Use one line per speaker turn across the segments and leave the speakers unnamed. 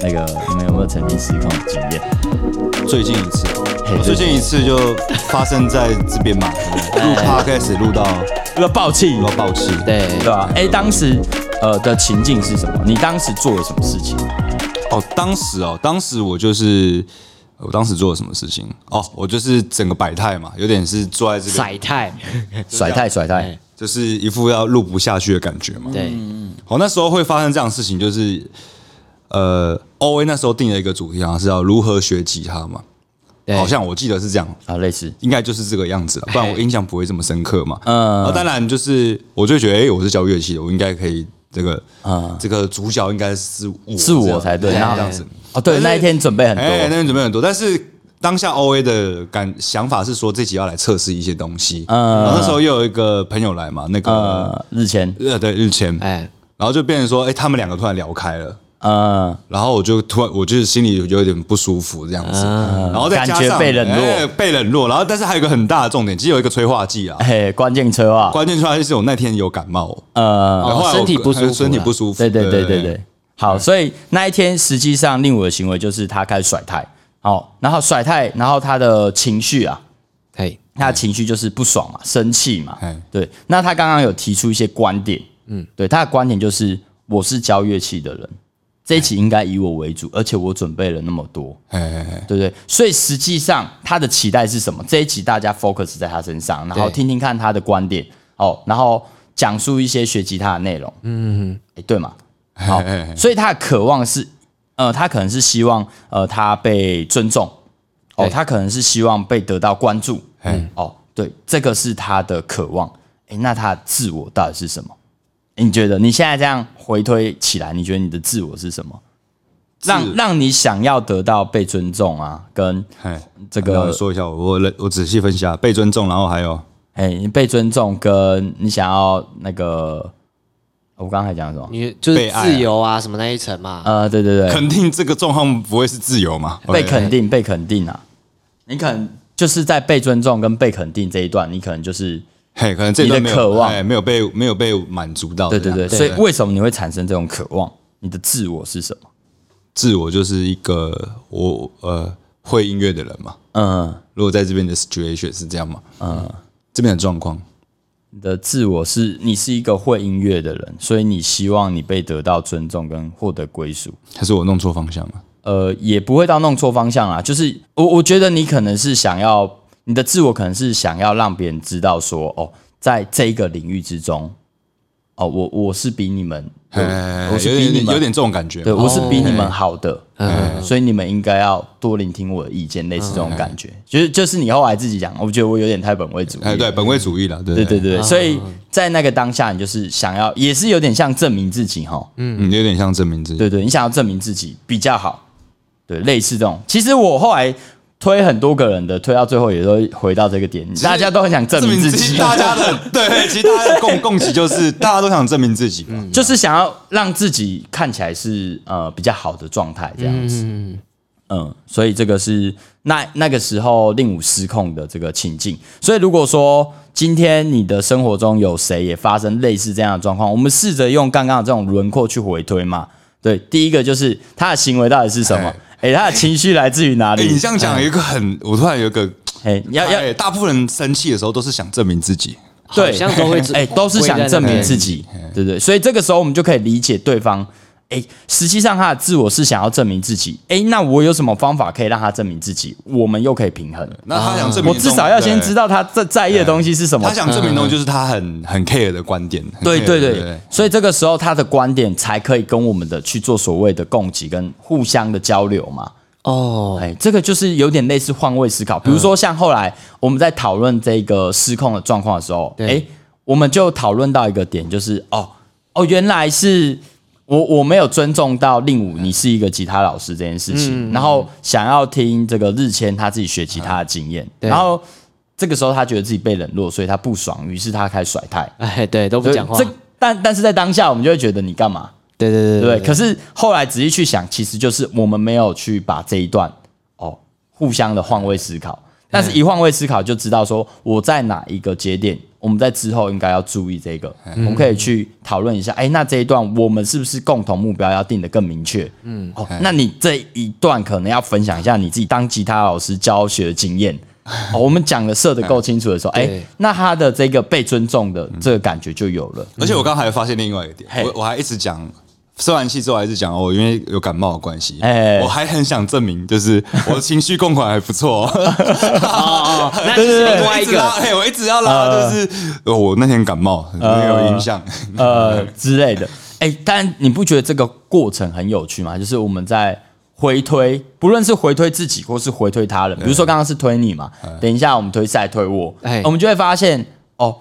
那个你们有没有曾经失控的经验？
最近一次，
嘿
我最近一次就发生在这边 嘛，录 podcast 录到
要暴气
录到爆气，
哎对，
对吧、哎、当时呃的情境是什么？你当时做了什么事情？
哦，当时哦，当时我就是，我当时做了什么事情？哦，我就是整个摆态嘛，有点是坐在这边，
甩态，
哎甩太甩太，
就是一副要录不下去的感觉嘛。
对，
好，那时候会发生这样的事情，就是呃，O A 那时候定了一个主题，好像是要如何学吉他嘛，
对
好像我记得是这样，
啊，类似
应该就是这个样子了，不然我印象不会这么深刻嘛。
哎嗯
嗯，当然就是我就觉得，哎、我是教乐器的，我应该可以这个，
嗯
这个主角应该是我，
是我才对，
这
然
样
后
这样子。
哦，对，那一天准备很多，
哎、那边准备很多，但是。当下 O A 的感想法是说，这集要来测试一些东西。嗯，那时候又有一个朋友来嘛，那个
呃，日前，
呃，对日前，
哎，
然后就变成说，哎、他们两个突然聊开了，
呃，
然后我就突然，我就是心里有点不舒服这样子，然后再加
啊感觉
上
被冷落
哎被冷落，然后但是还有一个很大的重点，其实有一个催化剂啊，
嘿，哎关键催化，
关键出来就是我那天有感冒，
呃，
然后后来我
身体不舒服啦
身体不舒服，
对对对对对，好，所以那一天实际上令我的行为就是他开始甩太，好，然后甩太，然后他的情绪啊，
嘿，
他的情绪就是不爽嘛，生气嘛
哎，
对。那他刚刚有提出一些观点，嗯，对，他的观点就是我是教乐器的人，这一期应该以我为主，而且我准备了那么多，
哎哎哎，
对不对？所以实际上他的期待是什么？这一集大家 focus 在他身上，然后
对
听听看他的观点哦，然后讲述一些学吉他的内容。嗯，哎，对嘛？好
嘿嘿，嘿
所以他的渴望是，呃，他可能是希望呃他被尊重，哦，
对
他可能是希望被得到关注，
嘿
嗯，哦，对，这个是他的渴望。哎，那他的自我到底是什么？诶你觉得你现在这样回推起来，你觉得你的自我是什么？让让你想要得到被尊重啊，跟
哎，
这
那我
个
说一下，我我我仔细分析一下，被尊重，然后还有
哎、你被尊重，跟你想要那个，我刚才讲什么？
你就是
被爱啊
自由啊什么那一层嘛，
呃，对对对，
肯定这个状况不会是自由嘛？
被
OK
肯定，被肯定啊，你可能就是在被尊重跟被肯定这一段，你可能就是
嘿，可能这一段
你
没
的
有
渴望
哎没有被没有被满足到，
对对对，
这
所
样
以为什么你会产生这种渴望？你的自我是什么？
自我就是一个我呃会音乐的人嘛。
嗯，
如果在这边的 situation 是这样嘛？嗯，这边的状况，
你的自我是你是一个会音乐的人，所以你希望你被得到尊重跟获得归属。
还是我弄错方向了？
呃，也不会到弄错方向啦。啊就是我我觉得你可能是想要你的自我，可能是想要让别人知道说，哦，在这一个领域之中，哦，我我是比你们，
嘿
我我是
呃有
比你
点
们，
有点这种感觉
对，
嘛。
我是比你们好的，嗯所以你们应该要多聆听我的意见，类似这种感觉。就是就是你后来自己讲，我觉得我有点太本位主义了
哎，。对，本位主义了，对
对对，对，所以在那个当下，你就是想要，也是有点像证明自己哈。
嗯，有点像证明自己。
对对，你想要证明自己比较好，对，类似这种。其实我后来推很多个人的，推到最后也都回到这个点，大家都很想证明自己，
大家 的对，其实大家的共共识就是大家都想证明自己嘛。
就是想要让自己看起来是呃比较好的状态这样子。嗯所以这个是那那个时候令武失控的这个情境。所以如果说今天你的生活中有谁也发生类似这样的状况，我们试着用刚刚的这种轮廓去回推嘛。对，第一个就是他的行为到底是什么？诶，他的情绪来自于哪
哎，
里
你？这样讲有一个很，我突然有一个，
诶，嗯要要
哎，大部分人生气的时候都是想证明自己，
对，
好像都会
哎、都是想证明自己，对不对？所以这个时候我们就可以理解对方，哎、实际上他的自我是想要证明自己，哎、那我有什么方法可以让他证明自己？我们又可以平衡。
那他想证明
我
的
至
东西，
少要先知
道
道他在在意的东西是什么嗯
他。想证明的东西就是他很很 care 的观点。很
对
care
对
的
对，所以这个时候他的观点才可以跟我们的去做所谓的供给跟互相的交流嘛。
哦，
哎，这个就是有点类似换位思考。比如
嗯
说，像后来我们在讨论这个失控的状况的时候，
对
哎，我们就讨论到一个点，就是哦哦，原来是我我没有尊重到令武，你是一个吉他老师这件事
嗯
情，然后想要听这个日谦他自己学吉他的经
嗯
验，然后这个时候他觉得自己被冷落，所以他不爽，于是他开始甩态，
哎，对，都不
对
讲话
这，但但是在当下，我们就会觉得你干嘛？
对对对
对可是后来仔细去想，其实就是我们没有去把这一段哦互相的换位思考，但是一换位思考就知道说我在哪一个节点，我们在之后应该要注意这个，我们可以去讨论一下。哎，那这一段我们是不是共同目标要定得更明确？嗯，哦，那你这一段可能要分享一下你自己当吉他老师教学的经 验。哦，我们讲的设的够清楚的时候，哎
对，
那他的这个被尊重的这个感觉就有了。
而且我刚才还发现另外一个点
嘿，
我我还一直讲。生完气之后还是讲哦，因为有感冒的关系，
哎
我还很想证明，就是我的情绪共款还不错、
哦哦，那就是另外一
我直拉
个，
嘿我一直要拉，就是哦我那天感冒，没有影响。
呃之类的。哎、但你不觉得这个过程很有趣吗？就是我们在回推，不论是回推自己或是回推他人，比如说刚刚是推你嘛，等一下我们推赛推我，
哎
我们就会发现哦，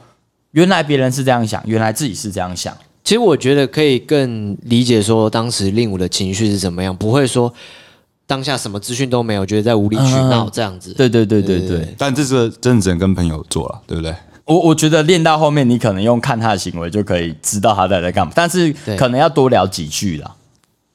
原来别人是这样想，原来自己是这样想，
其实我觉得可以更理解说当时令武的情绪是怎么样，不会说当下什么资讯都没有，觉得在无理取闹这样子。
对对对对对。
但这是真的只能跟朋友做了，对不对？
我我觉得练到后面，你可能用看他的行为就可以知道他在在干嘛，但是
对
可能要多聊几句啦，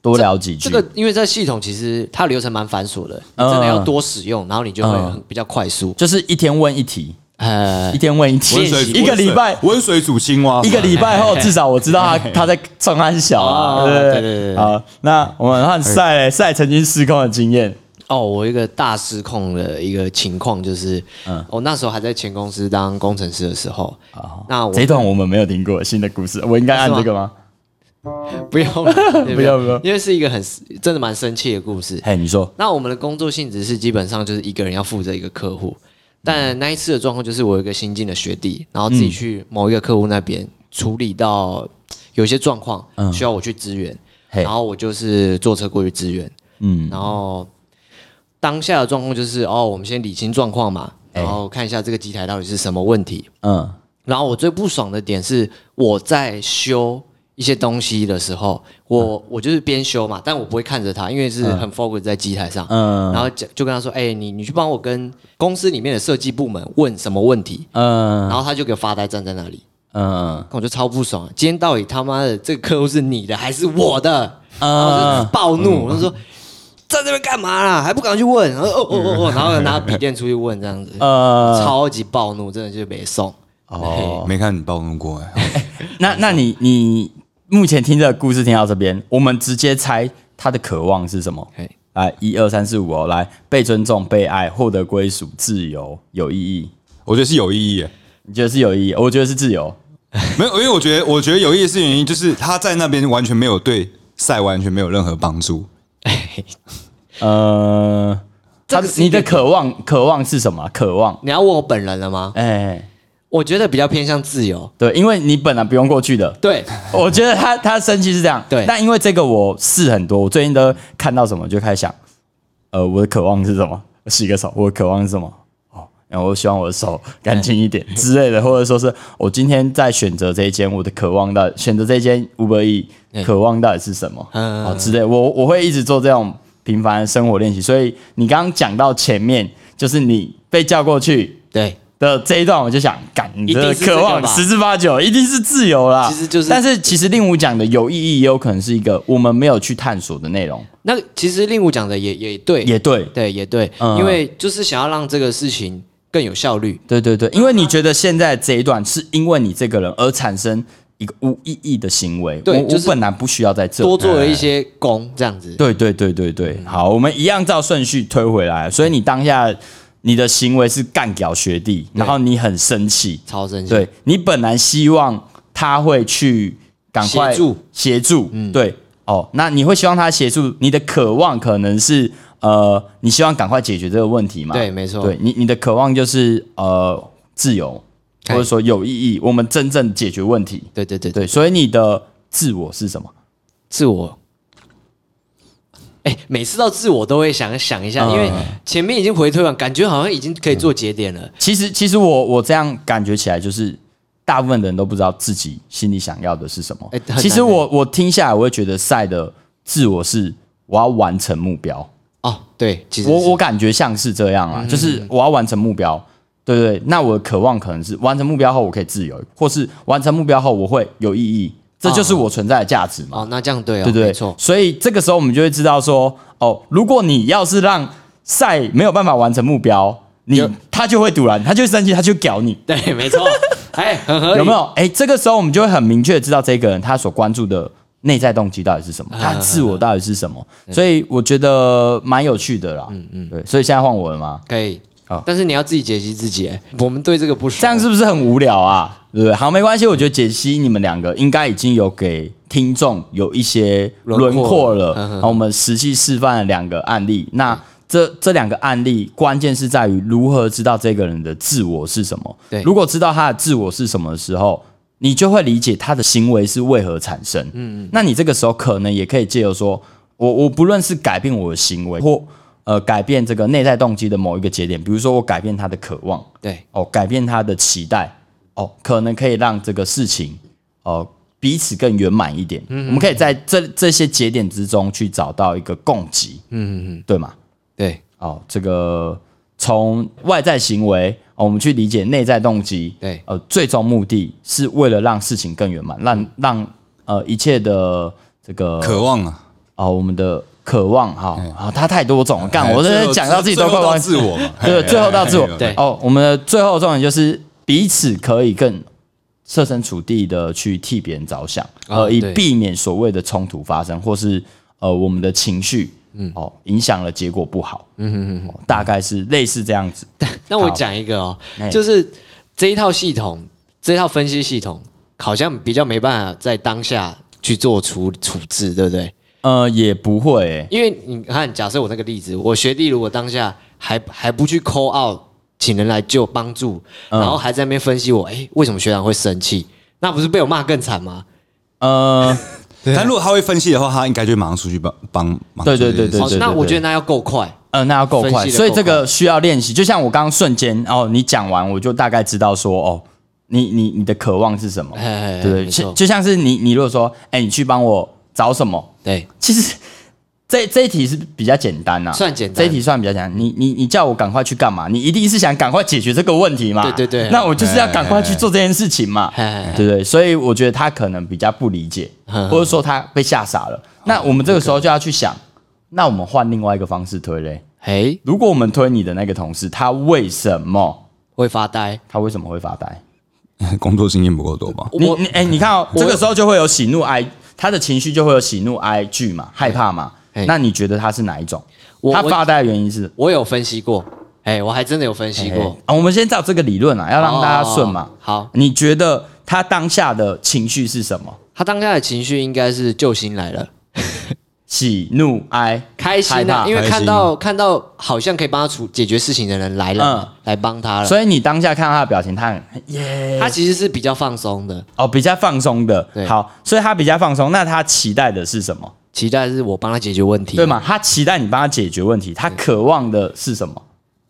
多聊几句。
这个因为在系统其实它的流程蛮繁琐的，你真的要多使用，然后你就会很比较快速。
就是一天问一题，
呃
一，天问一题，
温水
一个礼拜
温水煮青蛙，
一个礼拜 后，至少我知道他他在上安小哎啊，
哦
对
对对对
好，那我们看赛嘞赛曾经失控的经验，
哦，我有一个大失控的一个情况就是，我那时候还在前公司当工程师的时候，那我
这一段我们没有听过新的故事，我应该按这个吗？
不要不
要不要
因为是一个很真的蛮生气的故事。
嘿，你说，
那我们的工作性质是基本上就是一个人要负责一个客户，
嗯
但那一次的状况就是我有一个新进的学弟，然后自己去某一个客户那边处理到有一些状况，需要我去支援，
嗯嘿
然后我就是坐车过去支援，
嗯，
然后当下的状况就是哦，我们先理清状况嘛，
哎
然后看一下这个机台到底是什么问题。
嗯，
然后我最不爽的点是我在修一些东西的时候，
嗯
我、我就是边修嘛，但我不会看着他，因为是很 focus 在机台上。
嗯
然后就就跟他说：“哎、你你去帮我跟公司里面的设计部门问什么问题。
嗯，
然后他就给我发呆站在那里，
嗯，
我就超不爽。啊今天到底他妈的这个客户是你的还是我的？
嗯
然后我就暴怒，我就说在这边干嘛啦？还不赶快去问？然后哦哦哦哦，然后拿笔电出去问这样子，
嗯 呃，
超级暴怒，真的就是没送。
哦，
没看你暴怒过哎，
那那你你目前听这个故事听到这边，我们直接猜他的渴望是什么？
嘿
来，一二三四五哦，来，被尊重、被爱、获得归属、自由、有意义，
我觉得是有意义耶。
你觉得是有意义？我觉得是自由。
没有，因为我觉得我觉得有意义是原因，就是他在那边完全没有对赛完全没有任何帮助。
呃，他
这个是
你
一个
的渴望渴望是什么啊？渴望，
你要问我本人了吗？
哎、
我觉得比较偏向自由。
对，因为你本来不用过去 的。
对，
我觉得他他生气是这样，
对
但因为这个我试很多，我最近都看到什么就开始想，呃，我的渴望是什么？我洗个手，我的渴望是什么？哦，然后我希望我的手干净 一点之类的，或者说是我今天在选择这一间，我的渴望到底选择这一间五百亿，渴望到底是什么？
嗯
哦之类，我我会一直做这种频繁的生活练习。所以你刚刚讲到前面，就是你被叫过去
对，
的这一段，我就想，感你这
一
个
定是这
渴
个
望
吧
十之八九一定是自由啦。
其实就是
但是其实令武讲的有意义，也有可能是一个我们没有去探索的内容。
那其实令武讲的也也对，
也对，
对也对，
嗯
因为就是想要让这个事情更有效率。
对对对，因为你觉得现在这一段是因为你这个人而产生一个无意义的行为，
对
我
就
我
是
本来不需要在这。嗯
多做了一些功，这样子。
对对对对对，好，我们一样照顺序推回来。所以你当下你的行为是干掉学弟，然后你很生气，
超生气。
对你本来希望他会去赶快
协助嗯
协助，对哦，那你会希望他协助，你的渴望可能是呃，你希望赶快解决这个问题嘛？
对没错
对你你的渴望就是呃自由，或
哎
者说有意义，我们真正解决问题。
对对对对，
对，所以你的自我是什么？
自我。哎、每次到自我都会想想一下，
嗯
因为前面已经回推完，感觉好像已经可以做节点了。
其实，其实我我这样感觉起来，就是大部分的人都不知道自己心里想要的是什么。
哎很难
其实我我听下来，我会觉得赛的自我是我要完成目标。
哦，对，其实
我
是嗯
我感觉像是这样啊，就是我要完成目标，对不对？那我的渴望可能是完成目标后我可以自由，或是完成目标后我会有意义，这就是我存在的价值嘛，
哦，那这样对哦，
对不对
没？错，
所以这个时候我们就会知道说，哦，如果你要是让赛没有办法完成目标，你他就会堵拦，他就会生气，他就屌你，
对，没错，哎，很合理，
有没有？哎、这个时候我们就会很明确地知道这个人他所关注的内在动机到底是什么，他自我到底是什么。所以我觉得蛮有趣的啦。嗯嗯，对。所以现在换我了吗？
可以
好。
但是你要自己解析自己，哎我们对这个不熟，
哦这样是不是很无聊啊？对不对？好，没关系，我觉得解析你们两个应该已经有给听众有一些轮廓了。嗯好，我们实际示范了两个案例，那这这两个案例关键是在于如何知道这个人的自我是什么。
对
如果知道他的自我是什么的时候。你就会理解他的行为是为何产生。嗯嗯，那你这个时候可能也可以借由说，我我不论是改变我的行为，或呃改变这个内在动机的某一个节点，比如说我改变他的渴望，
对，
哦，改变他的期待，哦，可能可以让这个事情哦彼此更圆满一点。
嗯
我们可以在这这些节点之中去找到一个共集，
嗯嗯嗯，
对吗？
对
哦，这个从外在行为、哦，我们去理解内在动机，
对
呃，最终目的是为了让事情更圆满，
嗯
让让呃一切的这个
渴望啊，
哦，我们的渴望哈
嗯
啊，它太多种了，干，
哎
我
最
这
后
讲到自己都快
最后
忘
到
记
自我嘛，
对，最后到自我。
对
哦，我们的最后的重点就是彼此可以更设身处地的去替别人着想，
啊
呃，以
对
避免所谓的冲突发生，或是呃我们的情绪，嗯，哦，影响了结果不好，嗯嗯嗯，大概是类似这样子。
那我讲一个哦
哎，
就是这一套系统，这一套分析系统，好像比较没办法在当下去做处处置，对不对？
呃，也不会、欸，
因为你看，假设我那个例子，我学弟如果当下还还不去 call out，请人来救帮助，
嗯
然后还在那边分析我，哎、为什么学长会生气？那不是被我骂更惨吗？
呃，
但如果他会分析的话，他应该就会马上出去帮帮忙做
对对
这件事。
对对
好，那我觉得那要够快，
呃，那要够
分析得
快，
够
所以这个需要练习。就像我刚刚瞬间，哦，你讲完我就大概知道说，哦，你你你的渴望是什么，
哎，
对不对？
没
就
错，
就像是你你如果说，哎、你去帮我找什么，
对，
其实这这一题是比较简单呐、
算简单
这一题算比较简单。你你你叫我赶快去干嘛？你一定是想赶快解决这个问题嘛？
对对对
那我就是要赶快去做这件事情嘛，
嘿嘿嘿
对不对？所以我觉得他可能比较不理解，
嗯哦
或者说他被吓傻了。那我们这个时候就要去想，那我们换另外一个方式推嘞。
哎，
如果我们推你的那个同事，他为什么
会发呆，
他为什么会发呆？
工作经验不够多吧？
你
我
你哎、你看哦，
我
这个时候就会有喜怒哀，他的情绪就会有喜怒哀惧嘛，害怕嘛。
嘿
那你觉得他是哪一种？
我
他
我
发呆的原因是？
我有分析过，哎，我还真的有分析过，
哎我们先照这个理论啊，要让大家顺嘛
哦。好，
你觉得他当下的情绪是什么？
他当下的情绪应该是救星来了。
喜怒哀，
开
害
心啊，
怕
因为
开
看
心
到看到好像可以帮他处解决事情的人来了嘛，
嗯
来帮他了，
所以你当下看到他的表情，他很耶，
他其实是比较放松的，
哦比较放松的。
对
好，所以他比较放松，那他期待的是什么？
期待是我帮他解决问题，
对？吗？他期待你帮他解决问题，他渴望的是什么？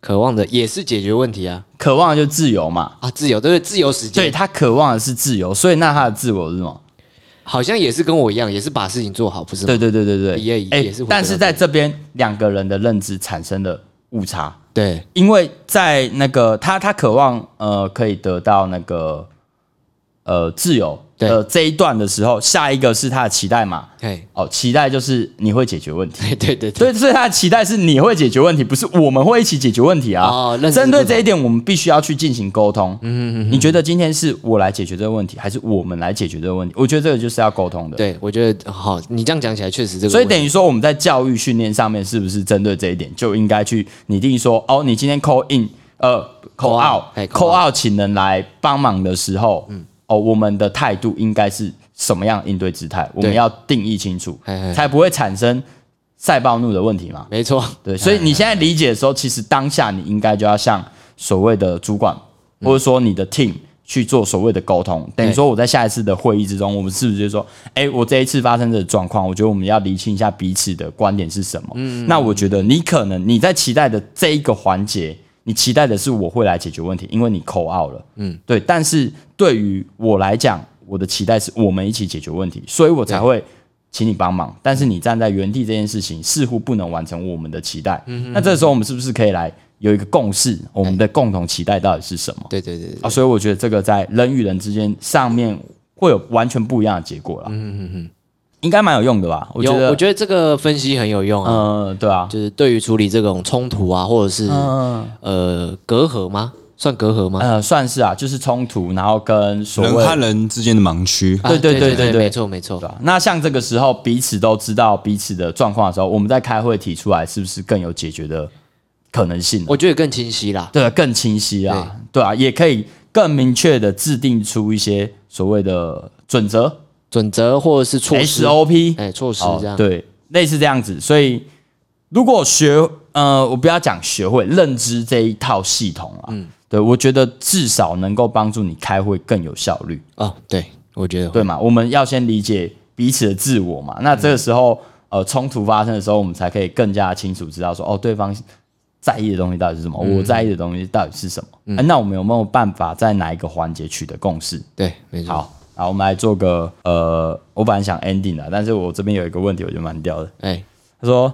渴望的也是解决问题啊
渴望的就是自由嘛。
啊，自由，对对，自由时间，
对，他渴望的是自由，所以那他的自我是什么？
好像也是跟我一样，也是把事情做好，不是吗？
对对对对对，
也
哎
也是会
但是
得到
在这边两个人的认知产生了误差，
对
因为在那个他他渴望呃可以得到那个呃自由
对
的这一段的时候，下一个是他的期待嘛？
对
哦，期待就是你会解决问题。
对 对对
对，
对，
所以他的期待是你会解决问题，不是我们会一起解决问题啊。
哦认识
针对
不同
这一点，我们必须要去进行沟通。嗯嗯你觉得今天是我来解决这个问题，还是我们来解决这个问题？我觉得这个就是要沟通的。，
对我觉得好，你这样讲起来确实这个问题，
所以等于说我们在教育训练上面，是不是针对这一点就应该去拟定说，哦，你今天 call in，呃，call
out，哎，call
out，call out 请人来帮忙的时候，嗯，哦，我们的态度应该是什么样的应对姿态？我们
对
要定义清楚
嘿嘿，嘿
才不会产生赛暴怒的问题嘛。
没错，
对， 哎所以你现在理解的时候，其实当下你应该就要向所谓的主管，或者说你的 team 去做所谓的沟通。等于说我在下一次的会议之中，我们是不是就说，哎，我这一次发生的状况，我觉得我们要厘清一下彼此的观点是什么？那我觉得你可能你在期待的这一个环节，你期待的是我会来解决问题，因为你扣 out 了，嗯，对。但是对于我来讲，我的期待是我们一起解决问题，所以我才会。请你帮忙，但是你站在原地这件事情似乎不能完成我们的期待。
嗯
那这时候我们是不是可以来有一个共识？我们的共同期待到底是什么？
对对对对
啊，所以
嗯
我觉得这个在人与人之间上面会有完全不一样的结果啦。应该蛮有用的吧？我
有，
觉得，
我觉得这个分析很有用啊，
呃，对啊，
就是对于处理这种冲突啊，或者是、
嗯，
呃隔阂吗？算隔阂吗？
呃，算是啊，就是冲突，然后跟所
人
谓
和人之间的盲区，
啊
对对对对
对
对
没错没错
对。吧、那像这个时候彼此都知道彼此的状况的时候，我们在开会提出来，是不是更有解决的可能性呢？
我觉得更清晰啦。
对，更清晰啊，对啊，也可以更明确的制定出一些所谓的准则
准则或者是措施，
SOP，
哎，措施
哦
这样。
对，类似这样子。所以如果学呃，我不要讲学会认知这一套系统啊，
嗯
对我觉得至少能够帮助你开会更有效率，
哦，对，我觉得会
对吗？我们要先理解彼此的自我嘛，那这个时候、呃冲突发生的时候，我们才可以更加清楚知道说哦，对方。在意的东西到底是什么？
嗯
我在意的东西到底是什么、哎那我们有没有办法在哪一个环节取得共识？
对，没错。
好，好，我们来做个呃，我本来想 ending 的，但是我这边有一个问题，我就蛮掉的。
哎，
他说：“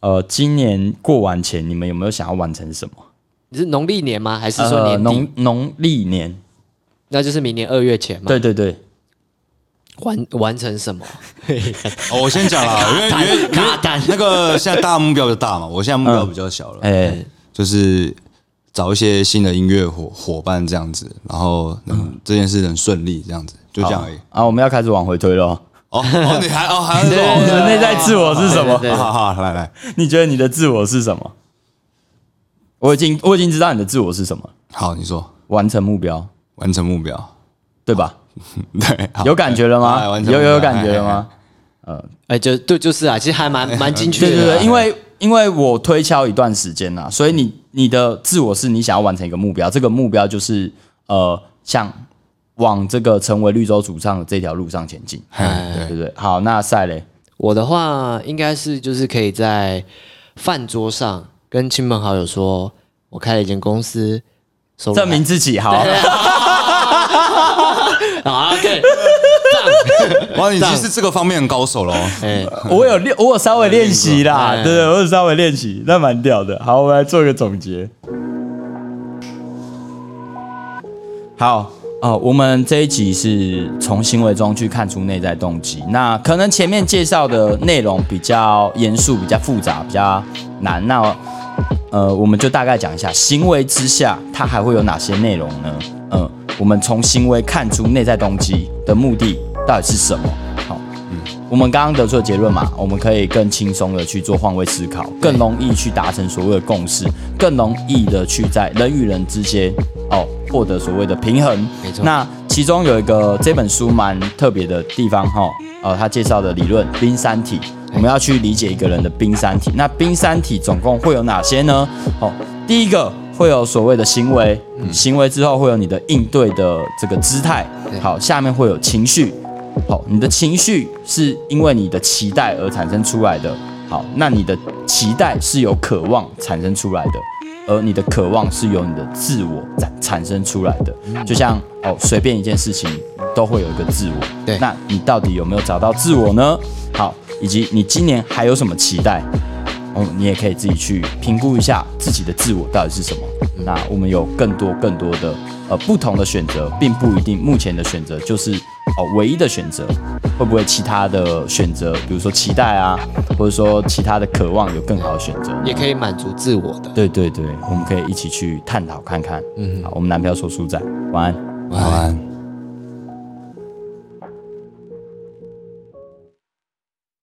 呃，今年过完前，你们有没有想要完成什么？
你是农历年吗？还是说
呃
年底？
农
嗯
农历年？
那就是明年二月前嘛。
对对对，
完完成什么？
哦我先讲 啦，因为因为因为那个现在大家目标就大嘛，我现在目标比较小了，
嗯
哎、
就是找一些新的音乐伙伙伴这样子，然后能这件事能顺利这样子，就这样而已。
啊，我们要开始往回推了哦。
哦哦，你还哦还是
我们的内
哦
在自我是什么？
对
好好好，来来，
你觉得你的自我是什么？我已经我已经知道你的自我是什么了，
好，你说
完成目标，
完成目标，
对吧？
对，好
有感觉了
哎
吗？
完成
有有
目标
感觉了吗？
哎，就对，就是啊，其实还蛮
哎
蛮精 确
对
的啊。
对对，因为因为我推敲一段时间啦，啊所以你你的自我是你想要完成一个目标，这个目标就是呃，像往这个成为绿洲主唱的这条路上前进，
哎哎
对
对，
不对？好，那赛雷，
我的话应该是就是可以在饭桌上跟亲朋好友说，我开了一间公司，收入
证明自己好，
啊，对，
哇，你其实这个方面很高手喽。
哎，
我有练，我有稍微练习 啦，
哎
对对，我有稍微练习，那蛮屌的。好，我们来做个总结。好，呃，我们这一集是从行为中去看出内在动机。那可能前面介绍的内容比较严肃、比较复杂、比较难，那呃，我们就大概讲一下行为之下，它还会有哪些内容呢？嗯、我们从行为看出内在动机的目的到底是什么？好，我们刚刚得出的结论嘛，我们可以更轻松的去做换位思考，更容易去达成所谓的共识，更容易的去在人与人之间哦获得所谓的平衡。
没错
那其中有一个这本书蛮特别的地方哈、呃，他介绍的理论冰山体，我们要去理解一个人的冰山体。那冰山体总共会有哪些呢？哦，第一个会有所谓的行为，行为之后会有你的应对的这个姿态。
对
好，下面会有情绪，好，你的情绪是因为你的期待而产生出来的。好，那你的期待是由渴望产生出来的，而你的渴望是由你的自我产产生出来的。就像哦，随便一件事情都会有一个自我。
对
那你到底有没有找到自我呢？好，以及你今年还有什么期待？哦，你也可以自己去评估一下自己的自我到底是什么。那我们有更多更多的呃不同的选择，并不一定目前的选择就是哦唯一的选择，会不会其他的选择，比如说期待啊，或者说其他的渴望有更好的选择？
也可以满足自我的。
对对对，我们可以一起去探讨看看。嗯，好，我们男票说书仔，晚安。
啊
晚安。